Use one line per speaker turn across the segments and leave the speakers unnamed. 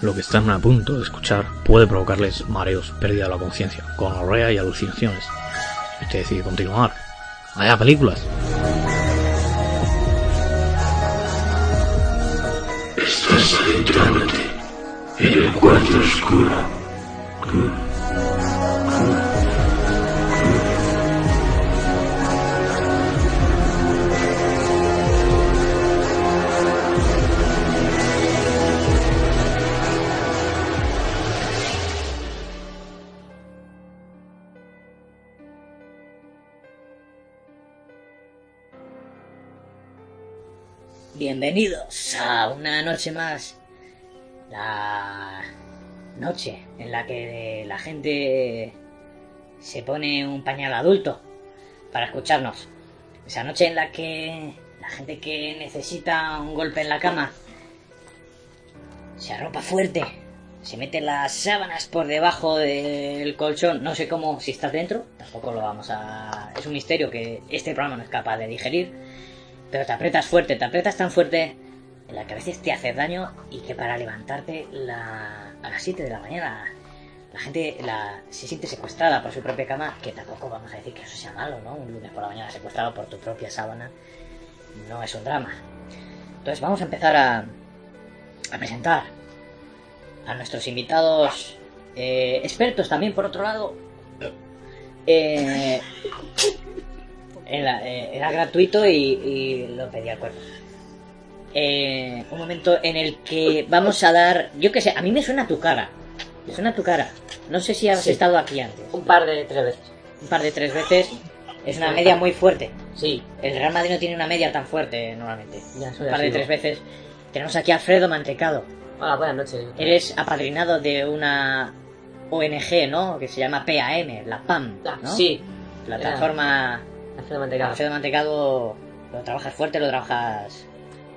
lo que están a punto de escuchar puede provocarles mareos, pérdida de la conciencia, gonorrea y alucinaciones. Usted decide continuar. Vaya películas.
Estás adentrándote en el cuarto oscuro.
Bienvenidos a una noche más. La noche en la que la gente se pone un pañal adulto para escucharnos. Esa noche en la que la gente que necesita un golpe en la cama se arropa fuerte, se mete las sábanas por debajo del colchón. No sé cómo, si estás dentro, tampoco lo vamos a. Es un misterio que este programa no es capaz de digerir pero te aprietas fuerte, te aprietas tan fuerte en la que a veces te haces daño y que para levantarte la, a las 7 de la mañana la gente la, se siente secuestrada por su propia cama, que tampoco vamos a decir que eso sea malo, ¿no? Un lunes por la mañana secuestrado por tu propia sábana no es un drama. Entonces vamos a empezar a, a presentar a nuestros invitados eh, expertos también, por otro lado. Eh, Era, eh, era, gratuito y, y lo pedí al cuerpo. Eh, un momento en el que vamos a dar. Yo qué sé, a mí me suena tu cara. Me suena tu cara. No sé si has
Sí.
estado aquí antes.
Un par de tres veces.
Un par de tres veces. Es una media muy fuerte.
Sí,
El Real Madrid no tiene una media tan fuerte normalmente.
ya soy
Un par de
así,
tres
¿no?
veces. Tenemos aquí a Alfredo Mantecado.
Hola, buenas noches.
Eres apadrinado de una ONG, ¿no? Que se llama PAM, la PAM.
Ah,
¿no?
Sí,
La plataforma.
Alfredo Mantecado.
Alfredo Mantecado lo trabajas fuerte, lo trabajas.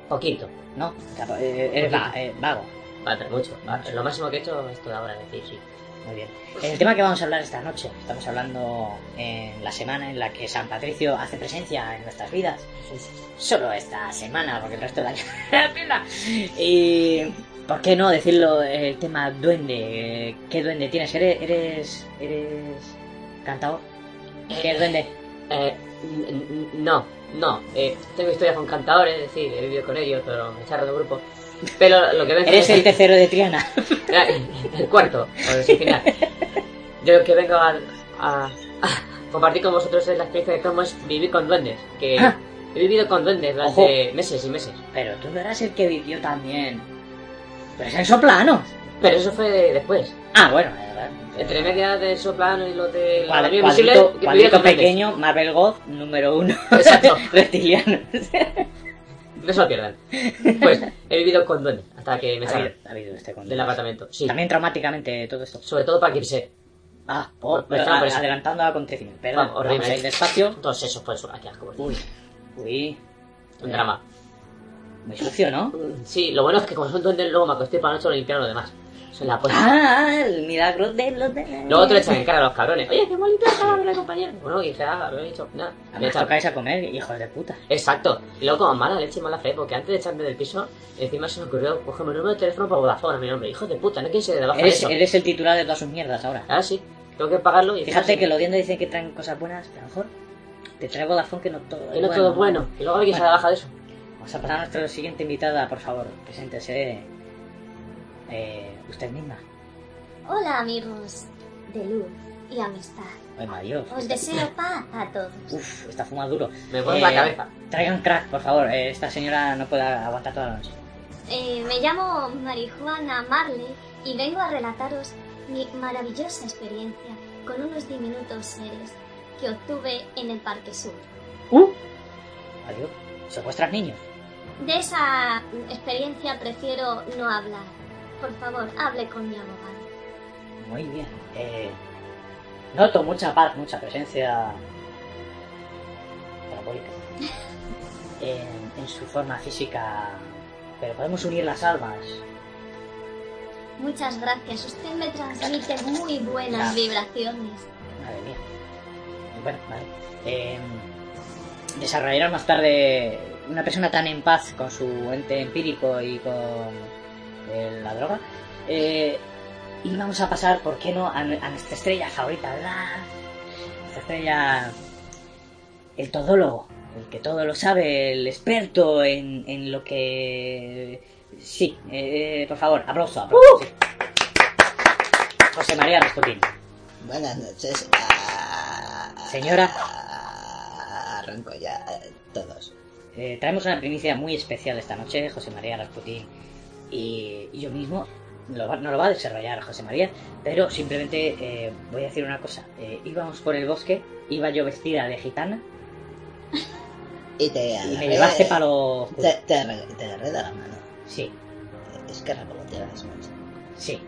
Poquito.
No, Tampo- eh, eres va- eh, vago.
Va a traer mucho. Va- Lo máximo que he hecho es toda ahora, es decir, sí.
Muy bien. El tema que vamos a hablar esta noche, estamos hablando en la semana en la que San Patricio hace presencia en nuestras vidas. Solo esta semana, porque el resto del año es pila. Y. ¿Por qué no decirlo? El tema duende. eh, ¿Qué duende tienes? ¿Eres. eres. eres. cantador? ¿Qué es duende?
Eh, n- n- no, no. Eh, tengo historia con cantadores, es decir, he vivido con ellos, pero me echaron del grupo. Pero lo que vengo
Eres
es-
el tercero de Triana.
Eh, el cuarto, o el final. Yo lo que vengo a, a- a compartir con vosotros es la experiencia de cómo es vivir con duendes. Que
Ah.
he vivido con duendes durante meses y meses.
Pero tú no eras el que vivió también. Pero es en soplano.
Pero eso fue de- después.
Ah, bueno, eh, bueno.
Entre medias de soplano y lo de la
Cuad-
Amigo Invisible,
cuadrito,
que
cuadrito
vivía con duendes.
pequeño, Marvel God, número uno,
Exacto,
reptiliano.
no se lo pierdan. Pues he vivido con duendes hasta que me
Ha habido-
salí
ha habido este
del
control.
apartamento. Sí,
También traumáticamente todo esto.
sobre todo para irse.
Ah, oh,
Pues
a-
claro, por eso.
adelantando acontecimientos. Perdón,
Vamos, horrible.
vamos a ir despacio.
Todos esos, pues, aquí asco.
Uy, uy,
Un drama. Mm,
muy sucio, ¿no?
Sí, lo bueno es que como son duendes, luego me acosté para la noche a limpiar lo demás. Son la polla.
Ah, el milagro de los de... Ah,
Luego te lo echan en cara a los cabrones. Oye, qué bonita la cara de la compañera. Bueno, quizá lo he dicho. Nada, me
Además
echan.
pues tocáis a comer, hijos de puta.
Exacto. Y luego como mala leche y mala fe, porque antes de echarme del piso, encima se me ocurrió, cógeme el número de teléfono para Vodafone a mi nombre. Hijo de puta, no quien se debajo de
Eres,
eso. Ah,
eres el titular de todas sus mierdas ahora.
Ahora sí, tengo que pagarlo y...
Fíjate que los dientes dicen que traen cosas buenas, pero a lo mejor te trae Vodafone que no todo es
Que no todo es bueno. Y luego hay quien se
Bueno.
debaja de eso.
Vamos a pasar a nuestra siguiente invitada, por favor. Preséntese eh, usted misma.
Hola amigos de luz y amistad.
Ay, Dios.
Os deseo paz a todos.
Uf, está fumando duro.
Me pone en la
Eh,
cabeza.
Traigan crack, por favor. eh, esta señora no puede aguantar toda la noche.
Eh, me llamo Marijuana Marley y vengo a relataros mi maravillosa experiencia con unos diminutos seres que obtuve en el Parque Sur.
Adiós. ¿Secuestras niños?
De esa experiencia prefiero no hablar. Por favor, hable con mi abogado.
Muy bien. Eh, noto mucha paz, mucha presencia parabólica en, en su forma física. Pero podemos unir las almas.
Muchas gracias, usted me transmite muy buenas vibraciones.
Madre mía. Bueno, vale. Eh, desarrollarás más tarde una persona tan en paz con su ente empírico y con eh, la droga. Eh, y vamos a pasar, ¿por qué no?, a, nu- a nuestra estrella favorita, ¿verdad? Nuestra estrella. El todólogo, el que todo lo sabe, el experto en, en lo que. Sí, eh, eh, por favor, aplauso, aplauso. sí. José María Rasputín.
Buenas noches. Ah,
Señora.
ah, Arranco ya eh, todos.
Eh, traemos una primicia muy especial esta noche, José María Rasputín y, y yo mismo. Lo va- no lo va a desarrollar José María, pero simplemente eh, voy a decir una cosa. Eh, íbamos por el bosque, iba yo vestida de gitana
Y te
y me
agarré-
llevaste para lo oscuro.
Te, te, agarré- te agarré de la mano.
Sí,
Es que revoloteabas mucho.
sí.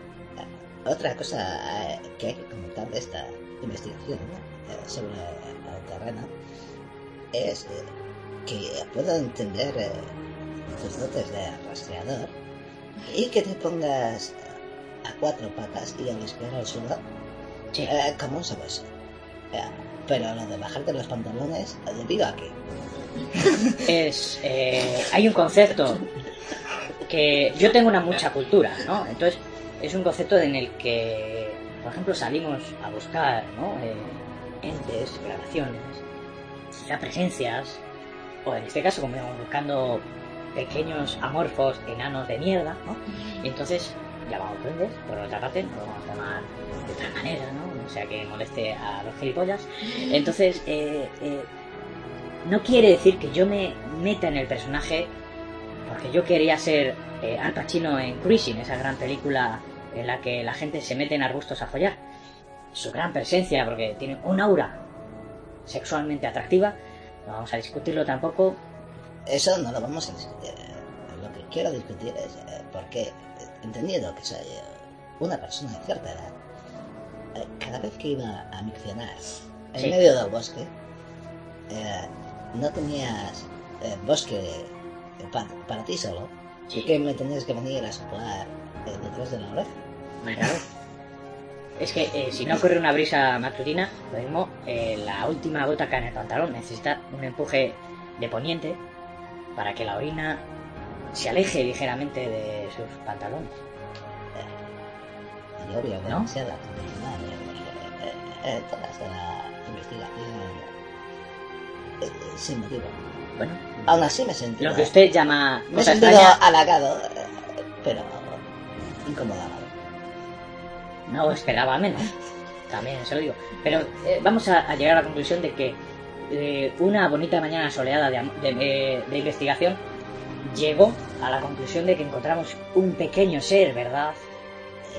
Otra cosa eh, que hay que comentar de esta investigación eh, sobre el terreno es eh, que puedo entender eh, tus dotes de rastreador y que te pongas eh, a cuatro patas y a respirar al suelo
Sí.
eh, como un sabueso. Eh, pero lo de bajarte los pantalones eh, debido a que
es eh, hay un concepto que yo tengo una mucha cultura, ¿no? Entonces es un concepto en el que, por ejemplo, salimos a buscar, ¿no? Eh, entes, grabaciones, quizá presencias, o en este caso como íbamos buscando pequeños amorfos enanos de mierda, ¿no? Y entonces llamamos duendes, por otra parte, no lo vamos a llamar de otra manera, ¿no? O sea que moleste a los gilipollas. Entonces, eh, eh, no quiere decir que yo me meta en el personaje porque yo quería ser eh, Al Pacino en Cruising, esa gran película en la que la gente se mete en arbustos a follar. Su gran presencia, porque tiene un aura sexualmente atractiva, no vamos a discutirlo tampoco.
eso no lo vamos a discutir. Eh, Lo que quiero discutir es eh, por qué, eh, entendiendo que soy eh, una persona de cierta edad, eh, cada vez que iba a miccionar en
Sí.
medio del bosque, eh, no tenías eh, bosque eh, pa- para ti solo, y que me tenías que venir a soplar eh, detrás de la oreja.
Bueno, Es que eh, si no corre una brisa matutina, lo mismo, eh, la última gota cae en el pantalón. Necesita un empuje de poniente para que la orina se aleje ligeramente de sus pantalones.
Y obvio,
¿No?
demasiada continuidad eh, eh, eh, todas de la investigación eh, eh, sin motivo.
Bueno,
Aún así me sentí
lo que usted llama
Me he
cosa
sentido
extraña,
halagado, eh, pero incomodado.
no esperaba menos. También se lo digo. Pero eh, vamos a, a llegar a la conclusión de que eh, una bonita mañana soleada de, am- de- de- de investigación llegó a la conclusión de que encontramos un pequeño ser, ¿verdad?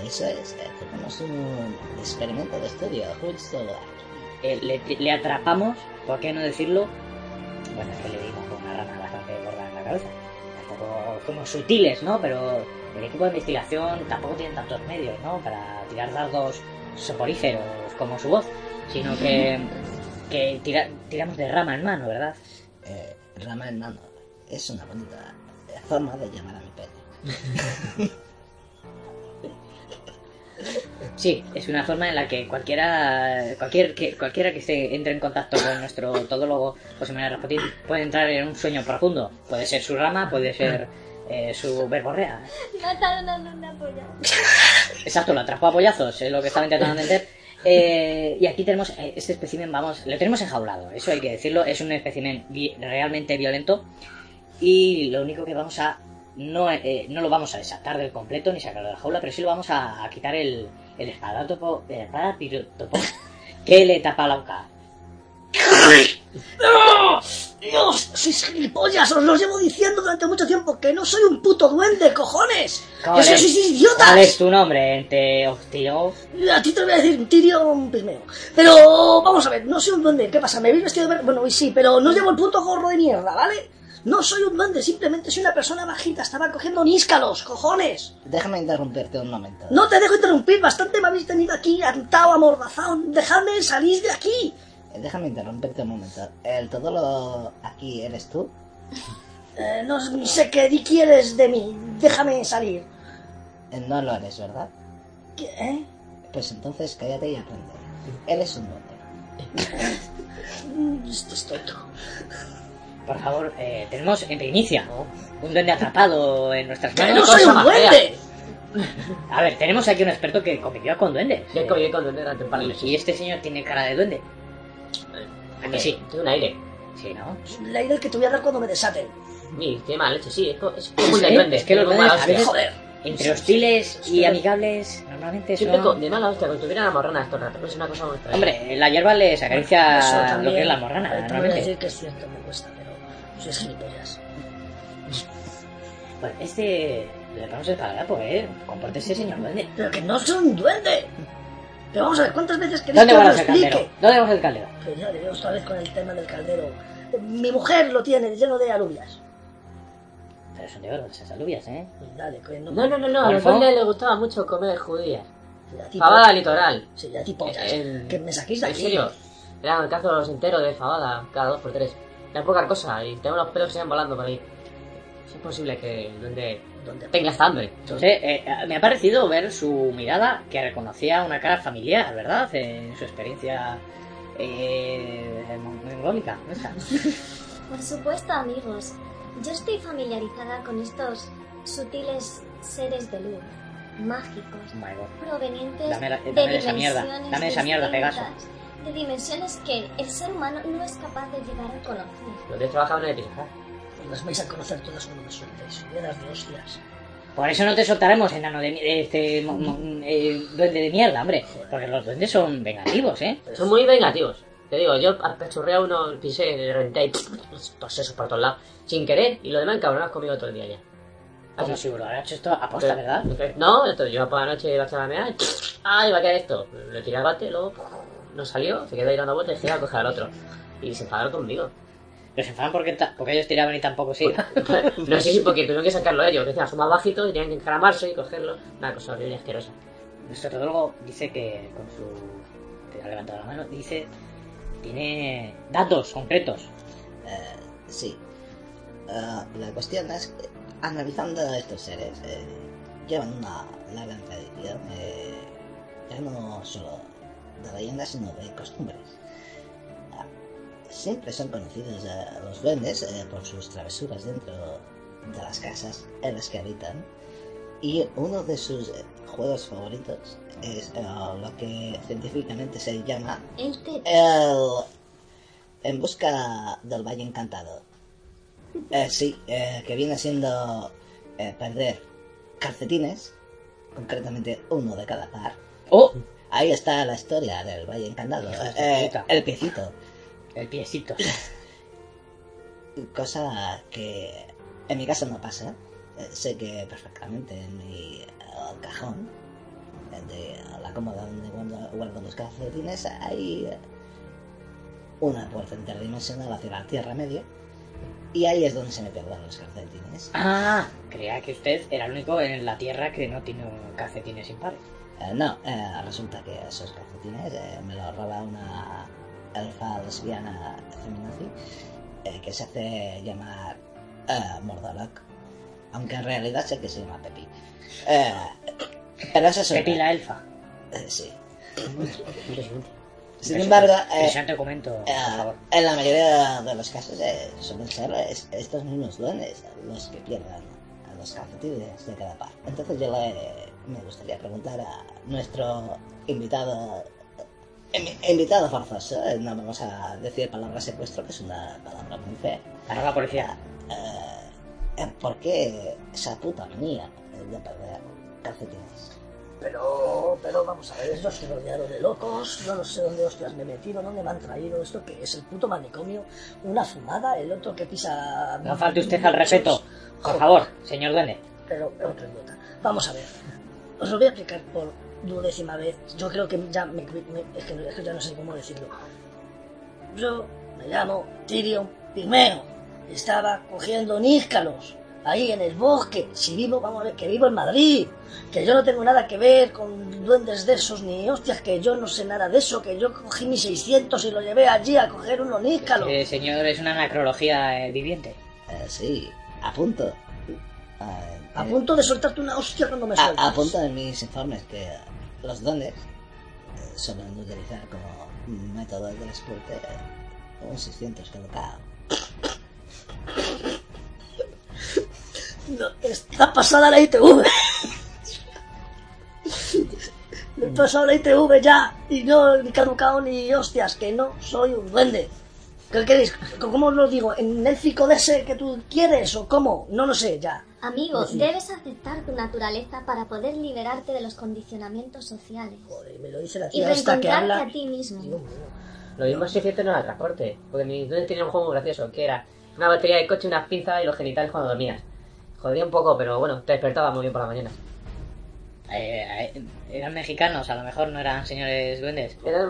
Eso es, eh, tenemos un experimento de estudio justo
Eh, le, le atrapamos, ¿por qué no decirlo? Bueno, es que le dimos con una rana bastante gorda en la cabeza. Tampoco fuimos sutiles, ¿no? Pero el equipo de investigación tampoco tiene tantos medios, ¿no? Para tirar dardos soporíferos como su voz, sino que, que tira- tiramos de rama en mano, ¿verdad?
eh, rama en mano. Es una bonita eh, forma de llamar a mi pene.
Sí, es una forma en la que cualquiera, cualquier, que, cualquiera que esté, entre en contacto con nuestro todólogo José Manuel Rasputín puede entrar en un sueño profundo. Puede ser su rama, puede ser eh, su verborrea.
Mataron a Luna Polla.
Exacto, lo atrapó a pollazos, es lo que estaba intentando entender. Eh, y aquí tenemos eh, este espécimen, vamos, lo tenemos enjaulado, eso hay que decirlo, es un espécimen vi- realmente violento y lo único que vamos a... No, eh, no lo vamos a desatar del completo ni sacarlo de la jaula, pero sí lo vamos a, a quitar el, el espadato- el espadapirotopo que le tapa la boca.
Dios, sois gilipollas, os lo llevo diciendo durante mucho tiempo que no soy un puto duende, cojones.
¿Cuál
Eso
es?
sois idiotas.
¿Cuál es tu nombre, ente hostil?
A ti te lo voy a decir, un tirio un pimeo. Pero vamos a ver, no soy un duende. ¿Qué pasa? ¿Me veis vestido de verde? Bueno, hoy sí, pero no llevo el puto gorro de mierda, ¿vale? No soy un duende, simplemente soy una persona bajita. Estaba cogiendo níscalos, cojones.
Déjame interrumpirte un momento.
No te dejo interrumpir, bastante me habéis tenido aquí atado, amordazado. Dejadme salir de aquí.
Eh, Déjame interrumpirte un momento. El todo lo aquí eres tú.
Eh, no sé qué di- quieres de mí. Déjame salir.
Eh, No lo eres, ¿verdad?
¿Qué, ¿Eh?
Pues entonces cállate y aprende. Eres un duende.
Mm, Esto es tonto.
Por favor, eh, tenemos en primicia un duende atrapado en nuestras
¡Que
manos.
no soy
cosa
un
más fea.
duende!
A ver, tenemos aquí un experto que convivió con duendes.
Yo he comido con duende durante un par de
Y,
meses.
y este señor tiene cara de duende. ¿A
Eh,
que sí?
Tiene Eh, un aire.
Sí, ¿no?
La idea que te voy a dar cuando me desaten.
Y tiene mala leche, sí. Es, co- es como
Sí,
de duende.
es que los
tiene mala
duendes a
hostia.
veces-
Joder.
Entre hostiles y amigables, normalmente
Siempre con-
son...
de mala hostia, como si tuviera una morrana todo el rato. pero Es una cosa muy extraña.
Hombre, la hierba les
Eso
acaricia
también,
lo que es la
eh,
morrana,
Te voy a
normalmente.
decir que es cierto, me cuesta, pero soy gilipollas.
Bueno, este... Le damos el paragrapo, ¿eh? Compórtese, señor duende.
Pero que no soy un duende. Pero vamos a ver, ¿cuántas veces queréis
¿Dónde
que os lo
guardas el caldero?
explique?
¿Dónde guardas el caldero?
Pero ya debemos otra vez con el tema del caldero. Mi mujer lo tiene lleno de alubias.
Pero son de oro esas alubias, ¿eh?
Pues dale, que no...
No, no, no, no. A los
Alfo.
duendes les gustaba mucho comer judías.
a ti
Fabada
po-
litoral.
Sí, a ti pollas.
Eh,
En-
Que me saquéis de
¿En
aquí.
serio? Eran cazos enteros de fabada cada dos por tres. Era poca cosa y tengo los pelos que se iban volando por ahí. Es imposible que el duende
¿Dónde?
tenga esta hambre.
Entonces, eh, me ha parecido ver su mirada que reconocía una cara familiar, ¿verdad? En su experiencia eh, mon- mongólica. ¿no está?
Por supuesto, amigos, yo estoy familiarizada con estos sutiles seres de luz, mágicos,
Oh my God.
provenientes
Dame la-
de
dame
dimensiones
esa mierda, dame esa mierda,
distintas,
Pegaso.
de dimensiones que el ser humano no es capaz de llegar a conocer.
Los 10 trabajaban en el Pizza Hut.
Pues las vais a conocer todas cuando me sueltéis. Voy a dar de hostias.
Por eso no te soltaremos, enano de mi- eh, este mo- mo- eh, duende de mierda, hombre. Porque los duendes son vengativos, ¿eh?
Son muy vengativos. Te digo, yo apechurré a uno, pisé, le reventé y todos esos por todos lados. Sin querer y lo demás encabronados conmigo todo el día ya.
Como si lo hubiera hecho esto aposta, ¿verdad?
No, entonces yo por la noche iba a echar la meada y ¡ay, va a quedar esto! Le tiré al bate, luego no salió, se quedó ahí dando vueltas y dije, a coger al otro. Y se enfadaron conmigo.
Los enfadan porque, ta- porque ellos tiraban y tampoco sí.
No sé si porque tuvieron que sacarlo ellos, que encima son más bajitos y tenían que encaramarse y cogerlo. Una cosa horrible y asquerosa.
Nuestro todólogo dice que con su... que ha levantado la mano, dice... Tiene datos concretos.
Eh, sí. Ah, la cuestión es que, analizando a estos seres, eh, llevan una larga tradición, eh, ya no solo de leyendas, sino de costumbres. Ah, siempre son conocidos eh, los duendes eh, por sus travesuras dentro de las casas en las que habitan. Y uno de sus eh, juegos favoritos es eh, lo que científicamente se llama
El TET
el- En busca del Valle Encantado. Eh, sí, eh, que viene siendo eh, perder calcetines, concretamente uno de cada par.
¡Oh!
Ahí está la historia del Valle Encantado.
Hijos de
eh,
puta.
el piecito.
El piecito.
Cosa que en mi casa no pasa. Eh, sé que perfectamente en mi eh, cajón eh, de la cómoda donde guardo, guardo los calcetines hay eh, una puerta interdimensional hacia la Tierra Media y ahí es donde se me pierden los calcetines.
Ah, creía que usted era el único en la Tierra que no tiene un calcetines impares.
Eh, no, eh, resulta que esos calcetines eh, me los roba una elfa lesbiana feminazi eh, que se hace llamar eh, Mordorok. Aunque en realidad sé que se llama Pepi. Eh, pero eso es otra-
Pepi la elfa.
eh, sí.
Impresionante
Sin embargo, eh,
documento,
eh,
por favor.
en la mayoría de los casos eh, suelen ser es- estos mismos duendes los que pierden a los calcetines de cada par. Entonces yo le- me gustaría preguntar a nuestro invitado em- invitado forzoso, eh, no vamos a decir palabra secuestro, que es una palabra muy fea.
Ahora la policía.
eh, eh, ¿Por qué esa puta manía de perder calcetines?
Pero, pero vamos a ver, esto es un rodeado de locos, yo no sé dónde hostias me he metido, dónde me han traído esto, que es el puto manicomio, una fumada, el otro que pisa...
No falte usted al respeto. Por favor, señor duende.
Pero, otro idiota. Vamos a ver, os lo voy a explicar por duodécima vez, yo creo que ya me, me- es, que, no- es que ya no sé cómo decirlo. Yo me llamo Tyrion Pigmeo, estaba cogiendo níscalos. Ahí en el bosque, si vivo, vamos a ver, que vivo en Madrid, que yo no tengo nada que ver con duendes de esos ni hostias, que yo no sé nada de eso, que yo cogí mis 600 y lo llevé allí a coger unos níscalos.
Este señor es una anacrología eh, viviente.
Eh, sí, a punto. Ah, eh,
A punto de soltarte una hostia cuando me sueltas.
A- Apunto en mis informes que los dones eh, suelen utilizar como método de transporte eh, un 600 colocado.
No, está pasada la ITV. profesor de ITV ya, y no ni caducado ni hostias, que no soy un duende. ¿Qué queréis? ¿Cómo lo digo? ¿En el cico de ese que tú quieres o cómo? No lo sé, ya.
Pues
Amigo, debes aceptar tu naturaleza para poder liberarte de los condicionamientos sociales
Joder, me lo dice la
y
tía esta que
reencontrarte a
habla.
ti mismo.
Dios mío.
Lo mismo si es cierto en el transporte, porque mi duende tenía un juego muy gracioso, que era una batería de coche, una pinza y los genitales cuando dormías. Jodería un poco, pero bueno, te despertaba muy bien por la mañana.
Eh, eh, eran mexicanos, a lo mejor no eran señores duendes.
Era...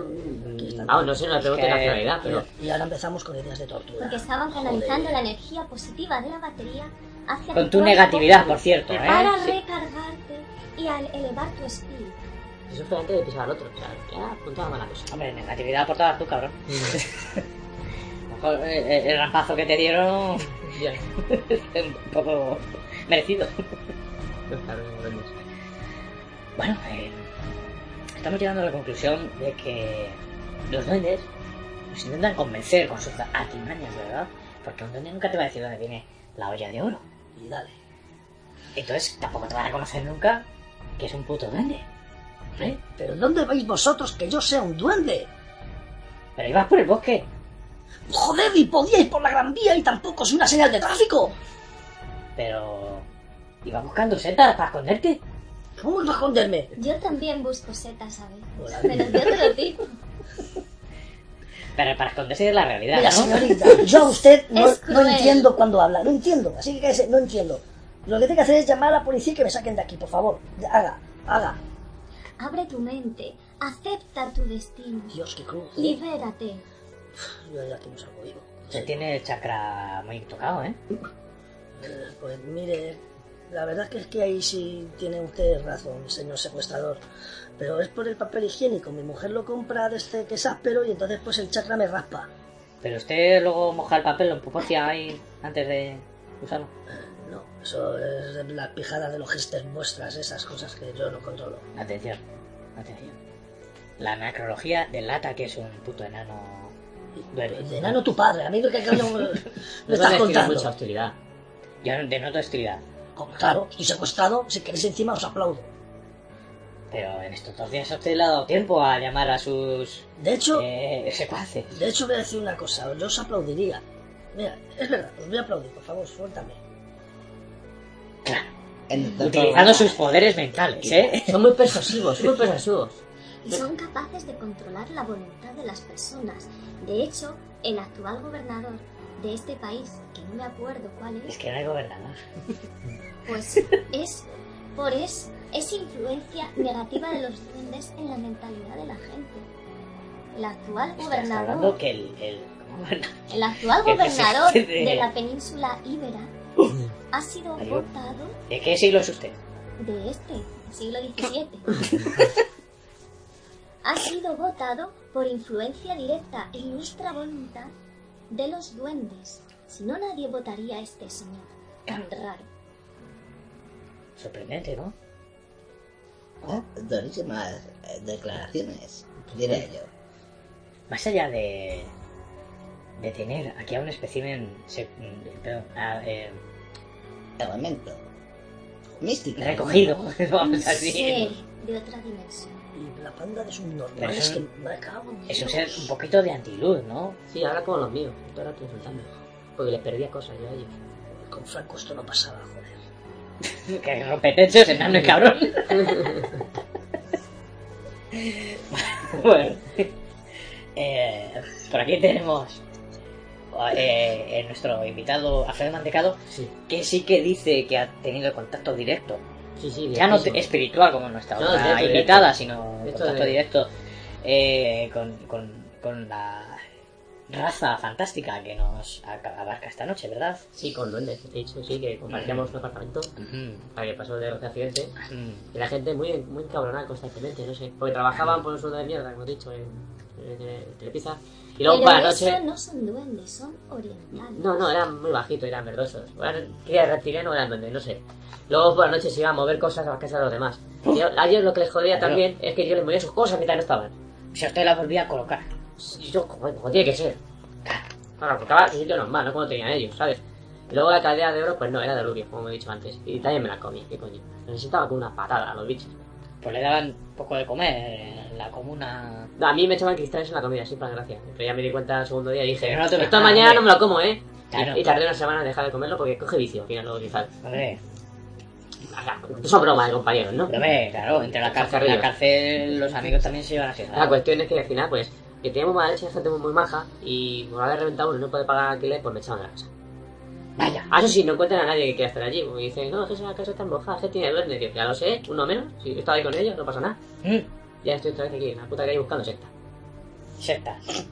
Aquí está.
Mm, Vamos, no sé, no le pregunté
Es que-
nacionalidad, pero...
Y ahora empezamos con ideas de tortura.
Porque estaban canalizando la energía positiva de la batería hacia
Con
tu
tu
cuerpo
negatividad, por cierto, ¿eh?
Para recargarte y al elevar tu espíritu.
Eso fue antes de pisar al otro, o sea, ya apuntaba mala cosa.
Hombre, negatividad aportabas tú, cabrón. A lo mejor, eh, eh, el rampazo que te dieron
Ya,
fue un poco merecido.
los cabrones duendes.
Bueno, eh, estamos llegando a la conclusión de que los duendes nos intentan convencer con sus artimañas, ¿verdad? Porque un duende nunca te va a decir dónde viene la olla de oro.
Y dale.
Entonces tampoco te van a conocer nunca que es un puto duende. ¿eh?
¿Pero dónde veis vosotros que yo sea un duende?
Pero ibas por el bosque.
Joder, y podíais por la gran vía y tampoco es una señal de tráfico.
Pero... Ibas buscando setas para esconderte.
¿Cómo iba a esconderme?
Yo también busco setas a veces, pero yo te lo digo.
Pero para esconderse de la realidad,
Mira,
¿no?
señorita, yo a usted no,
Es
no
cruel.
entiendo cuando habla, no entiendo, así que cállese, no entiendo. Lo que tengo que hacer es llamar a la policía y que me saquen de aquí, por favor. Haga, haga.
Abre tu mente, acepta tu destino,
Dios, qué cruz. ¿eh?
libérate.
Yo de aquí no salgo vivo.
Se tiene el chakra muy tocado, ¿eh?
Eh, Pues mire, la verdad que es que ahí sí tiene usted razón, señor secuestrador. Pero es por el papel higiénico. Mi mujer lo compra de este que es áspero y entonces pues el chakra me raspa.
Pero usted luego moja el papel, lo empuporcia ahí antes de usarlo.
No, eso es de las pijadas de los gistes vuestras, esas cosas que yo no controlo.
Atención, atención. La necrología delata que es un puto enano duende.
De enano tu padre, a mí lo que no me
No
estás
me
contando.
mucha hostilidad.
Yo denoto hostilidad,
Como, claro, estoy secuestrado, si queréis encima os aplaudo.
pero en estos dos días a usted le ha dado tiempo a llamar a sus
De hecho,
eh, secuaces.
de hecho voy a decir una cosa, yo os aplaudiría. Mira, es verdad, os voy a aplaudir, por favor, suéltame. Mm,
Entonces-
Ah,
Utilizando sus poderes mentales, ¿eh?
Son muy persuasivos, son muy persuasivos.
Y son capaces de controlar la voluntad de las personas. De hecho, el actual gobernador de este país, que no me acuerdo cuál
Es
es,
que no hay gobernador.
pues es por es, es influencia negativa de los duendes en la mentalidad de la gente. El actual
Estás hablando
gobernador,
que el... el- ¿cómo gobernador?
el
que-
actual
que se-
gobernador
de-
de la península Ibera ha sido
Adiós.
votado
¿De qué siglo es usted?
de este, siglo XVII, ha sido votado por influencia directa y nuestra voluntad de los duendes. Si no, nadie votaría a este señor tan raro.
Sorprendente, ¿no?
Ah, Durísimas eh, declaraciones, diré yo.
Más allá de, de tener aquí a un espécimen sec- mm, perdón, a, eh,
Elemento. Místico.
recogido, vamos a
Un ser
decir,
de otra dimensión.
Y la panda de
Pero
subnormales
eso-
que me cago en
es un
Dios.
ser un poquito de antiluz, ¿no?
Sí, ahora como los míos, ahora estoy insultando. Porque les perdía cosas yo a ellos.
Con Franco esto no pasaba, joder.
Que rompetechos, enano y cabrón. bueno, eh, por aquí tenemos eh, eh, nuestro invitado, Alfredo Mantecado,
Sí,
que sí que dice que ha tenido contacto directo
sí, sí.
ya no
directísimo.
te- espiritual como nuestra
No,
otra
directo, directo.
invitada, sino
Directo,
contacto
directo.
directo eh, con, con, con la raza fantástica que nos aca- abarca esta noche, ¿verdad?
Sí, con duendes. He dicho sí que compartíamos un apartamento para que pasó de los accidentes. Y la gente muy, muy cabronada constantemente, no sé. Porque trabajaban por un sueldo de mierda, como he dicho, en, en, en Telepizza. Y luego
Pero
para la
eso
noche.
no son duendes, son orientales.
eh. No, no, eran muy bajitos, eran verdosos. Eran cría reptiliano o eran duendes, no sé. Luego por la noche se iban a mover cosas a las casas de los demás. Y a a ellos lo que les jodía
Claro.
también es que yo les movía sus cosas mientras no estaban.
Si a usted la volvía a colocar.
Y yo, como, como tiene que ser. Ahora, colocaba en su sitio normal, no como tenían ellos, ¿sabes? Y luego la cadena de oro, pues no, era de alubio, como he dicho antes. Y también me la comí, qué coño. Necesitaba con una patada a los bichos.
pues le daban un poco de comer en la comuna.
No, A mí me echaban cristales en la comida, sin para gracia. Pero ya me di cuenta el segundo día y dije,
Pero no te lo
esta
comes,
mañana
hombre".
no me lo como, ¿eh?
Claro.
Y, y tardé una semana en dejar de comerlo porque coge vicio, al final luego quizás.
Hombre,
Son bromas, compañeros, ¿no?
pero hombre, claro, entre la cárcel y la cárcel los amigos también se llevan a
La
fijar.
cuestión es que al final, pues, que teníamos mala leche, gente muy, muy maja, y por haber reventado uno y no poder pagar alquiler, pues me echaban de la casa.
Vaya,
Ah, eso sí, no encuentran a nadie que quiera estar allí. porque dicen, no, es que esa casa está embrujada, es que tiene duende. Digo, ya lo sé, uno menos. Si yo estaba ahí con ellos, no pasa nada.
mm,
Ya estoy otra vez aquí, en la puta calle buscando secta.
setas.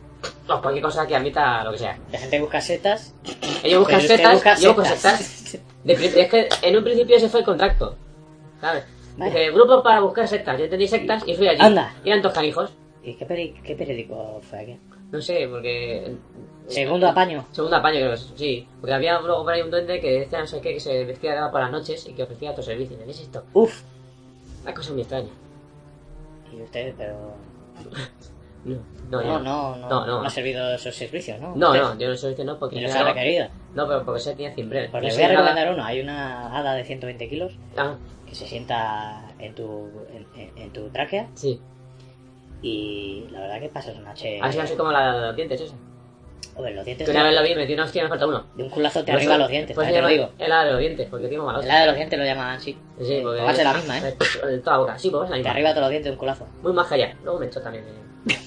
No, cualquier cosa que admita lo que sea.
La gente busca setas.
Ellos buscan
pero usted
setas,
busca
yo busco setas. De pri- es que en un principio ese fue el contrato, ¿sabes?
Vale.
Dije, grupo para buscar sectas. Yo entendí sectas y fui allí.
Anda.
Y eran dos canijos.
¿Y qué, peri- qué periódico fue aquí?
No sé, porque... eh,
Segundo apaño.
Segundo apaño, creo que es, sí. Porque había luego por ahí un duende que decía no sé qué, que se vestía de gala por las noches y que ofrecía otros servicios. ¿Qué es esto?
Uf.
Una cosa muy extraña.
Y ustedes, pero...
No,
No,
no, yo-
no, no.
No, no.
no ha servido esos servicios, ¿no?
No,
Usted-
no, yo no soy este no porque...
Y los ha
claro,
requerido.
no, pero porque se tenía 100 breves.
Pues
Le
les voy a
nada-
recomendar uno. Hay una hada de 120 kilos
Ah,
que se sienta en tu, en, en- en tu tráquea
sí.
y la verdad que pasas una noche...
Así no soy como la de los dientes esa.
Hombre, los dientes
ah, Que una vez la vi, me dio una hostia y me falta uno.
de un culazo te
Por
arriba
eso-
los dientes,
por eso
también te lo digo.
llama- Es la de los dientes, porque tengo malos.
La de los dientes lo llaman así.
Sí, porque...
Va a ser la misma, ¿eh?
De toda la boca. Sí, pues es la
Te
misma.
arriba todos los dientes de un culazo.
Muy más allá. Luego me echó también. eh.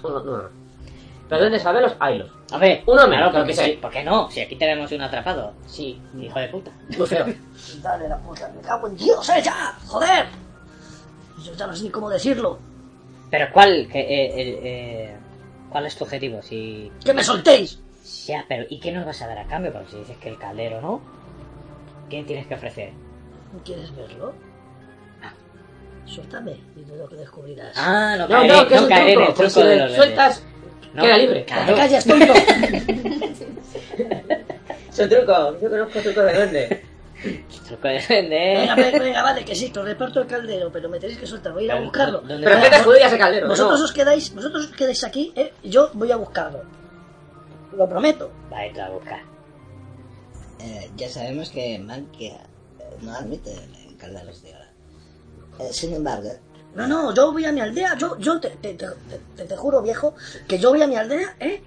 Uno, no, no. Pero ¿dónde sabe los haylos?
Hombre,
Uno menos,
claro,
pero
porque
que
sí,
sea.
¿por qué no? Si aquí tenemos un atrapado.
Sí.
Hijo de puta.
Muy feo.
Dale la puta, me cago en Dios, eh, ya, joder. Yo ya no sé ni cómo decirlo.
Pero ¿cuál? que, eh, el, eh, ¿Cuál es tu objetivo? Si...
Que me soltéis.
Ya, pero ¿y qué nos vas a dar a cambio? Porque si dices que el caldero no, ¿qué tienes que ofrecer?
¿Quieres verlo? Suéltame y no lo que descubrirás.
Ah, no,
No,
caeré,
no, que es
no
un
caeré en
truco.
el
Pues
truco
si
de
le
los
sueltas,
lentes.
queda libre.
¡Te
claro.
callas, tonto!
Es un truco. Yo conozco trucos de duende.
Truco de vender.
venga, venga, venga, vale, que sí, que os reparto el caldero, pero me tenéis que soltar, voy a ir a
Pero,
buscarlo.
¿dónde
Pero ¿qué te judía ese caldero?
Vosotros
no.
os quedáis, vosotros os quedáis aquí, ¿eh? y yo voy a buscarlo. Lo prometo.
Vale, te la busca.
Eh, ya sabemos que Manquia eh, no admite calderos de hora. Eh, sin embargo,
No, no, yo voy a mi aldea, yo, yo te, te, te, te- te juro, viejo, que yo voy a mi aldea, ¿eh?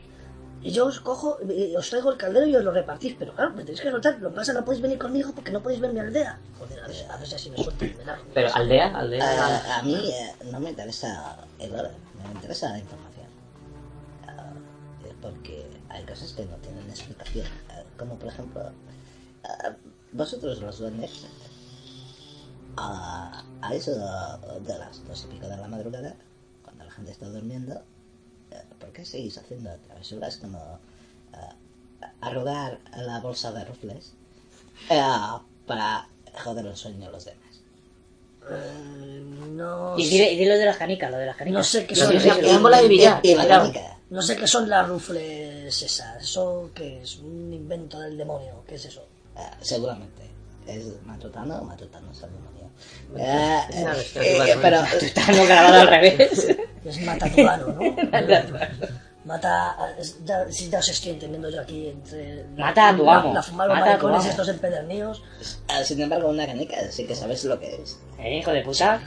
Y yo os cojo, y os traigo el caldero y os lo repartís, pero claro, me tenéis que soltar. Lo que pasa es que no podéis venir conmigo porque no podéis ver mi aldea. Joder, a ver, a ver si así
Eh,
me sueltan, me da.
Pero aldea, aldea.
Ah,
a, a mí eh, no me interesa el oro, me interesa la información. Ah, eh, porque hay cosas que no tienen explicación. Ah, como por ejemplo, ah, vosotros los duendes, ah, a eso de las dos y pico de la madrugada, cuando la gente está durmiendo, eh, ¿por qué seguís haciendo travesuras como ah, arrugar la bolsa de rufles eh, para joder el sueño a los demás?
Eh, no,
Y,
sé-
dile, y dile lo de las canicas, lo de las canicas.
no sé qué
No,
son.
sí, sí,
eh,
es bola de billar.
Y la
Cuidado.
canica.
No sé qué son las rufles esas. Eso que es un invento del demonio. ¿Qué es eso?
Ah, seguramente. Es matutano o matutano es el demonio. Ah, eh,
Claro, es que
eh,
igual,
pero
Estamos grabado al revés.
Es matatubano, ¿no? Mata. es- Ya, sí, ya os estoy entendiendo yo aquí entre.
Mata a tu
la-
amo,
La fumar los
mata a tu
maricones
amo.
estos empedernidos.
ah, sin embargo una canica sí que sabes lo que es.
Eh, hijo de puta.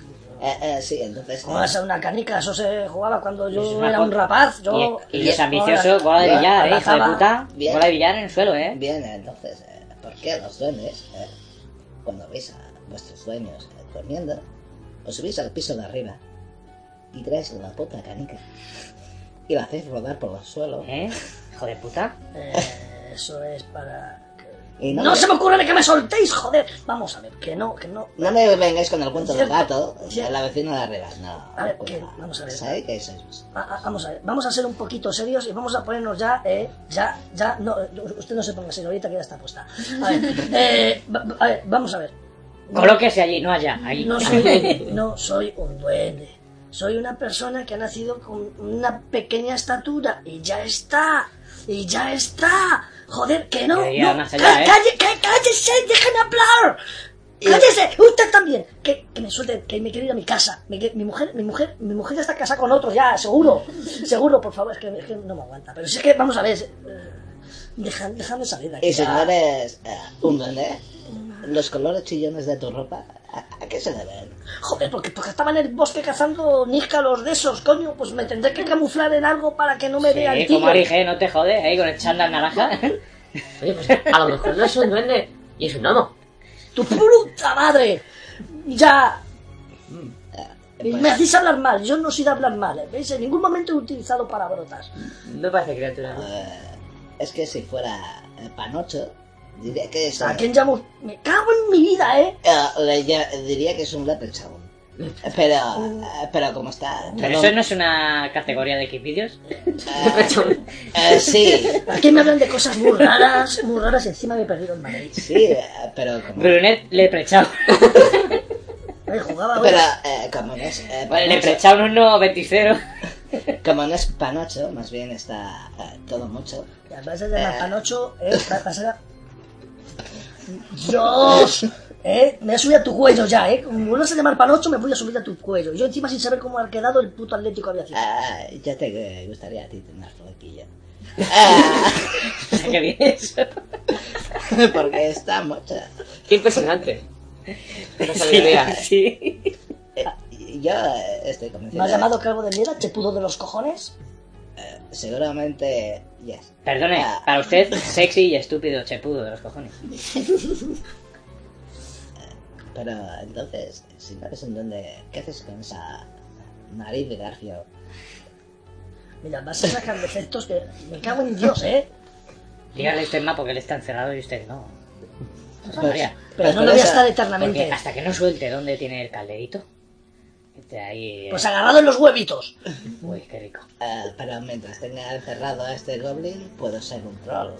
Eh, eh, sí, entonces...
¿Cómo vas a una canica? Eso se jugaba cuando
Eso es
yo
una
era
co-
un rapaz. Yo,
y, y es
yo-
ambicioso, bola de
yo-
billar, eh, hijo de
abrazaba-
puta.
Bien.
Bola de billar en el suelo, eh.
Bien, entonces, eh, ¿por qué los duendes, eh, cuando veis a vuestros dueños eh, durmiendo, os subís al piso de arriba y traes la puta canica y la hacéis rodar por el suelo?
Eh, hijo de puta.
Eh, eso es para.
Y
No,
no,
se me ocurre de que me soltéis, joder. Vamos a ver, que no, que no.
No me vengáis con el cuento del
Cierto,
gato, de
cierto.
la vecina de arriba, no.
A ver,
cuidado.
¿qué? Vamos a ver.
Sabéis que sois vosotros.
Va- a- Vamos a ver, vamos a ser un poquito serios y vamos a ponernos ya, eh, ya, ya, no, eh, usted no se ponga serio ahorita que ya está puesta. A ver, eh, va- va- a ver, vamos a ver. No,
Colóquese allí, no allá. Ahí.
no soy, no soy un duende, soy una persona que ha nacido con una pequeña estatura y ya está, y ya está. Joder, que no,
Ya, ya,
no,
más allá,
ca-
¿eh?
calle- ca- cállese, déjame hablar. Cállese, usted también. Que, que me suelte, que me quiero ir a mi casa. Me que- mi mujer, mi mujer, mi mujer ya está casada con otro, ya, seguro. Seguro, por favor, es que, es que no me aguanta. Pero si es que, vamos a ver, eh, deja- déjame salir de aquí.
Y si
ya.
no eres eh, un duende, los colores chillones de tu ropa, ¿a, a qué se deben?
Joder, porque, porque estaba en el bosque cazando níscalos de esos, coño. Pues me tendré que camuflar en algo para que no me vea el
Sí,
tío.
Eh, como dije, no te jodes, ahí con el chándal naranja.
Oye, pues a lo mejor no es un duende y es un gnomo.
¡Tu puta madre! Ya.
Pues-
Me hacéis hablar mal, yo no soy de hablar mal, ¿eh? ¿veis? En ningún momento he utilizado palabrotas.
No parece criatura. ¿no?
Eh, es que si fuera eh, Panocho, diría que es.
¿A quién llamo? Me cago en mi vida, ¿eh?
eh, le lla- diría que es un leprechaun. Pero, eh, pero como está.
Pero
todo-
eso no es una categoría de Xvideos.
eh, sí,
Aquí me hablan de cosas muy raras, muy raras, y encima me he perdido en Madrid.
sí, eh, pero como.
Brunet Leprechaun.
Eh, jugaba
Pero,
ahora.
eh, como no es. eh,
Bueno,
Panocho,
Leprechaun 1, 20.
como no es Panocho, más bien está eh, todo mucho.
Ya vas a llamar Panocho, ¿eh? Vas a... Dios, ¿eh? Me he subido a tu cuello ya, ¿eh? Como vuelvas a llamar Panocho, me voy a subir a tu cuello. Yo encima sin saber cómo ha quedado el puto Atlético había sido.
Ah, ya te eh, gustaría a ti tener flequillo. Ah,
¿Qué bien eso?
porque está mucho.
Qué impresionante. No sabía idea.
Sí.
Eh, Yo eh, estoy
¿Me
convencido.
has llamado calvo de mierda? ¿Te pudo de los cojones?
Seguramente, yes.
Perdone,
Ah.
para usted, sexy y estúpido chepudo de los cojones.
Pero entonces, si no eres un duende, ¿qué haces con esa nariz de garfio?
Mira, vas a sacar defectos que me cago en Dios, ¿eh?
Dígale usted más porque él está encerrado y usted no. José María,
Pero no
Pues por
lo voy a
esa-
estar
Porque
eternamente.
hasta que no suelte dónde tiene el calderito. Este ahí. eh,
Pues agarrado en los huevitos.
Uy, qué rico.
Ah, pero mientras tenga encerrado a este goblin, puedo ser un troll.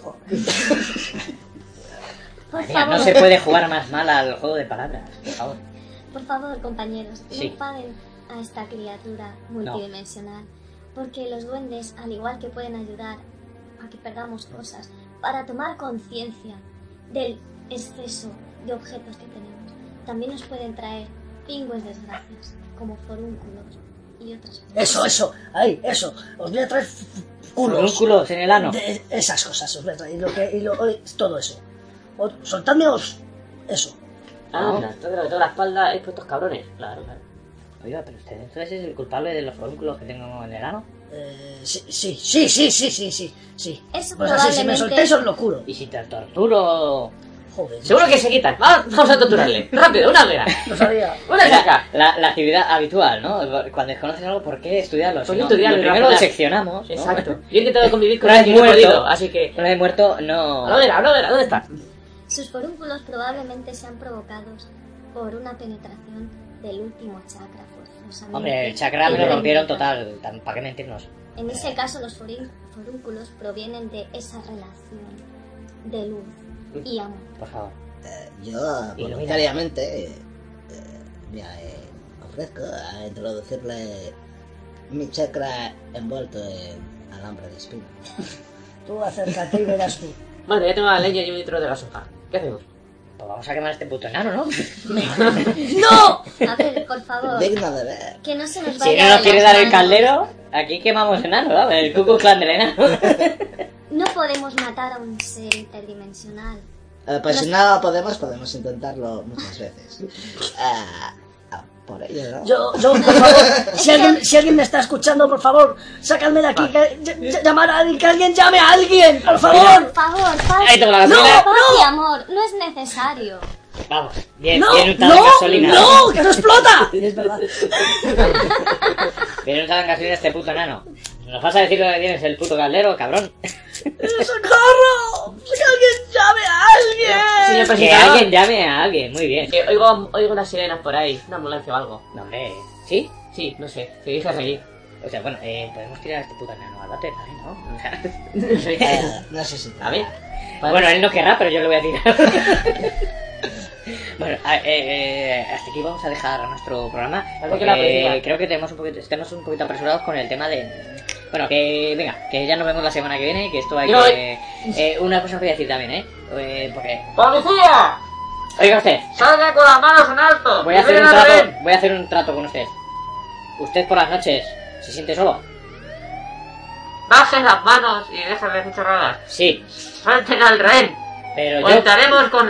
Por
Mira,
favor,
no se puede jugar más mal al juego de palabras, por favor.
por favor, compañeros,
Sí.
no enfaden a esta criatura multidimensional. Porque los duendes, al igual que pueden ayudar a que perdamos cosas, para tomar conciencia del exceso de objetos que tenemos, también nos pueden traer pingües desgracias, como forúnculos y otras cosas.
Eso, eso. Ahí, eso. Os voy a traer f- f- culos.
Culos en el ano.
De esas cosas os voy a traer. Y lo que, y lo- y todo eso. O- soltadme os... Eso.
Ah,
No.
no. de lo que tengo la espalda es por estos cabrones. Claro, claro.
Oiga, pero usted entonces es el culpable de los forúnculos que tengo en el ano.
Eh, sí, sí, sí, sí, sí, sí, sí, sí.
Eso
Pues así, si me
probablemente-
soltáis os lo curo.
Y si te torturo.
Joder,
Seguro que se quitan. Va- Vamos a torturarle. Rápido, una hoguera.
no sabía.
Una chaca.
La, la actividad habitual, ¿no? Cuando desconoces algo, ¿por qué estudiarlo? Si
Pues
¿Por qué
no,
estudiarlo?
lo primero lo
Razonar.
seccionamos. ¿no?
Exacto. Yo he intentado convivir con
Una vez
él y no he
muerto.
podido, así que...
Una vez muerto, no.
Una hoguera, una hoguera, ¿dónde está?
Sus forúnculos probablemente sean provocados por una penetración del último chakra forzosamente.
Hombre, el chakra me lo
irónica.
rompieron total. ¿Para qué mentirnos?
En ese caso, los forín- forúnculos provienen de esa relación de luz y amor.
Por favor.
Eh, Yo
Ilumina.
voluntariamente eh, eh, mira, eh, ofrezco a introducirle mi chakra envuelto en alambre de espino.
Tú acércate y verás tú.
Bueno, ya tengo la leña y un litro de la soja. ¿Qué hacemos?
Pues vamos a quemar este puto enano, ¿no?
¡No!
A ver, por favor,
Digno de ver.
que no se nos vaya
Si no
de
nos quiere
las
dar el
manos.
caldero, aquí quemamos enano, ¿no? El cucu clan del enano.
No podemos matar a un ser interdimensional.
Eh, pues si no podemos, podemos intentarlo muchas veces. Ah, ah, por ello, ¿no?
Yo, yo, por favor, si alguien, si alguien me está escuchando, por favor, sacadme de aquí, que, ll- ll- llamar a alguien, que alguien llame a alguien, por favor.
Por favor, paz,
Ahí tengo la gasolina.
paz y amor, no es necesario.
Vamos. Bien,
No,
bien untada en
no,
gasolina.
no, ¡Oh, que no explota. Y es verdad.
Bien untada en gasolina este puto enano. ¿Nos vas a decir dónde tienes el puto caldero, cabrón?
¡Eh, ¡Socorro! ¡Que alguien llame a alguien!
Señor
Eh, Que
presentador,
alguien llame a alguien. Muy bien.
que oigo, oigo unas sirenas por ahí, una ambulancia o algo.
No, hombre. ¿Sí?
Sí, no sé, se dirige a seguir.
O sea, bueno, eh, podemos tirar a este puto enano al váter también, ¿no? O sea,
Eh, no sé si...
A ver.
bueno, él no querrá, pero yo lo voy a tirar. bueno, a- eh, eh, hasta aquí vamos a dejar nuestro programa.
Parece que la
Porque
policía.
creo que tenemos un poquito, estamos un poquito apresurados con el tema de... Bueno, que venga, que ya nos vemos la semana que viene, que esto hay
Yo-
que... eh, una cosa os voy a decir también, ¿eh? Eh, porque...
¡Policía!
Oiga usted,
¡Salga con las manos en alto!
voy a hacer un trato, voy a hacer un trato con usted. Usted por las noches, ¿se siente solo?
Bajen las manos y dejen de hacer chorradas.
Sí.
¡Suelten al rehén!
Pero yo,
¡Contaremos con,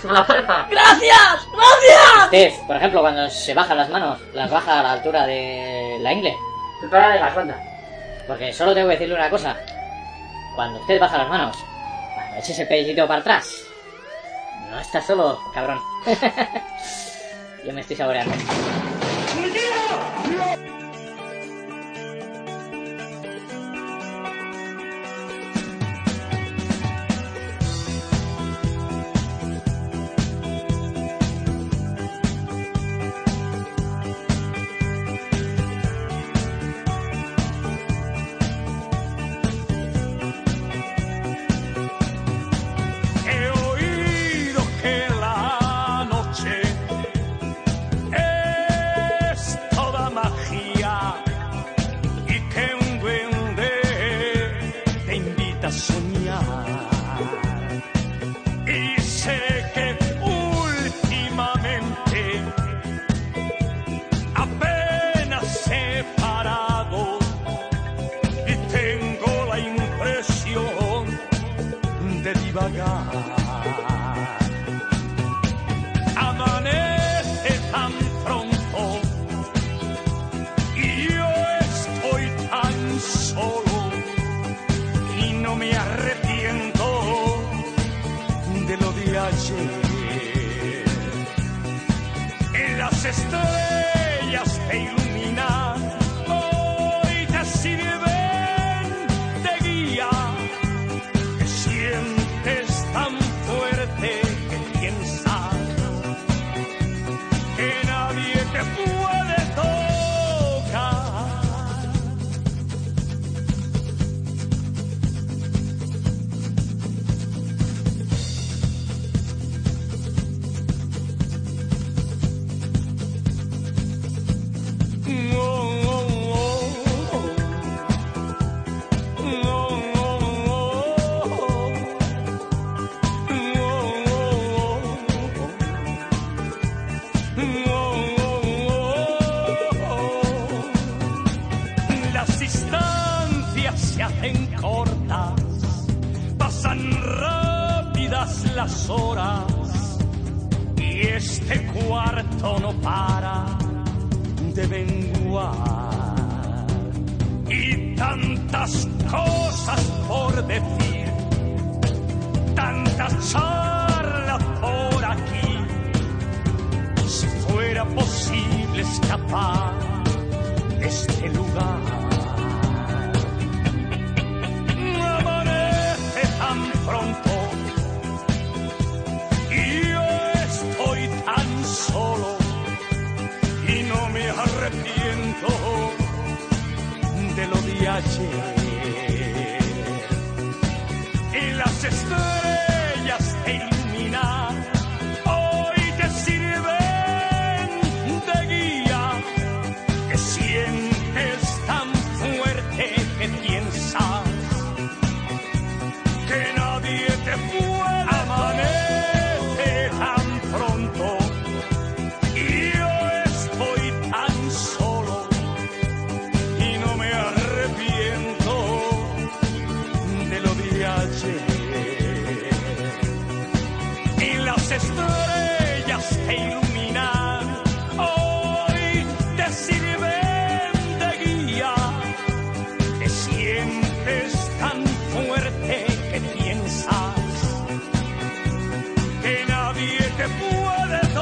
con la fuerza!
¡Gracias! ¡Gracias!
Steph, por ejemplo, cuando se bajan las manos, las baja a la altura de la ingle.
Prepara de las bandas.
Porque solo tengo que decirle una cosa. Cuando usted baja las manos, cuando eches el pellecito para atrás, no estás solo, cabrón. Yo me estoy saboreando.
He oído que la noche es toda magia y que un duende te invita a soñar. Y sé que últimamente apenas he parado y tengo la impresión de divagar. Amanece tan pronto y yo estoy tan solo y no me arrepiento de lo de ayer. En las estrellas te iluminan. Hoy te sirven de guía que sientes tan fuerte que piensas que nadie te puede tocar. Oh, oh, oh, oh. Las distancias se hacen cortas, pasan rápidas las horas y este cuarto no para de menguar y tantas cosas por decir, tantas charlas por aquí. Si fuera posible escapar de este lugar, amanece tan pronto y yo estoy tan solo y no me arrepiento de lo de ayer. Y las estrellas te iluminan, hoy te sirven de guía, que sientes tan fuerte que piensas que nadie te puede amanece tan pronto. Y yo estoy tan solo y no me arrepiento de lo de ayer. Y las estrellas te iluminan, hoy te sirven de guía. Te sientes tan fuerte que piensas que nadie te puede tocar.